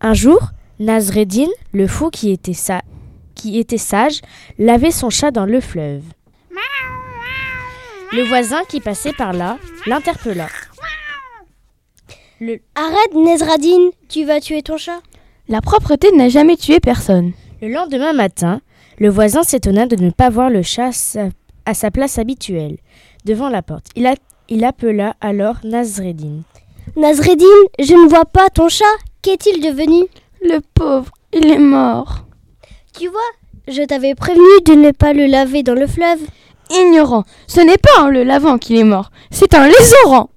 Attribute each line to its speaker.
Speaker 1: Un jour, Nazreddin, le fou qui était, sa- qui était sage, lavait son chat dans le fleuve. Le voisin qui passait par là l'interpella. Le-
Speaker 2: Arrête, Nezradine, tu vas tuer ton chat.
Speaker 3: La propreté n'a jamais tué personne.
Speaker 1: le lendemain matin, le voisin s'étonna de ne pas voir le chat sa- à sa place habituelle, devant la porte. Il, a- il appela alors Nazreddin.
Speaker 2: Nazreddin, je ne vois pas ton chat. Qu'est-il devenu
Speaker 3: Le pauvre, il est mort.
Speaker 2: Tu vois, je t'avais prévenu de ne pas le laver dans le fleuve.
Speaker 3: Ignorant, ce n'est pas en le lavant qu'il est mort, c'est en l'esorant.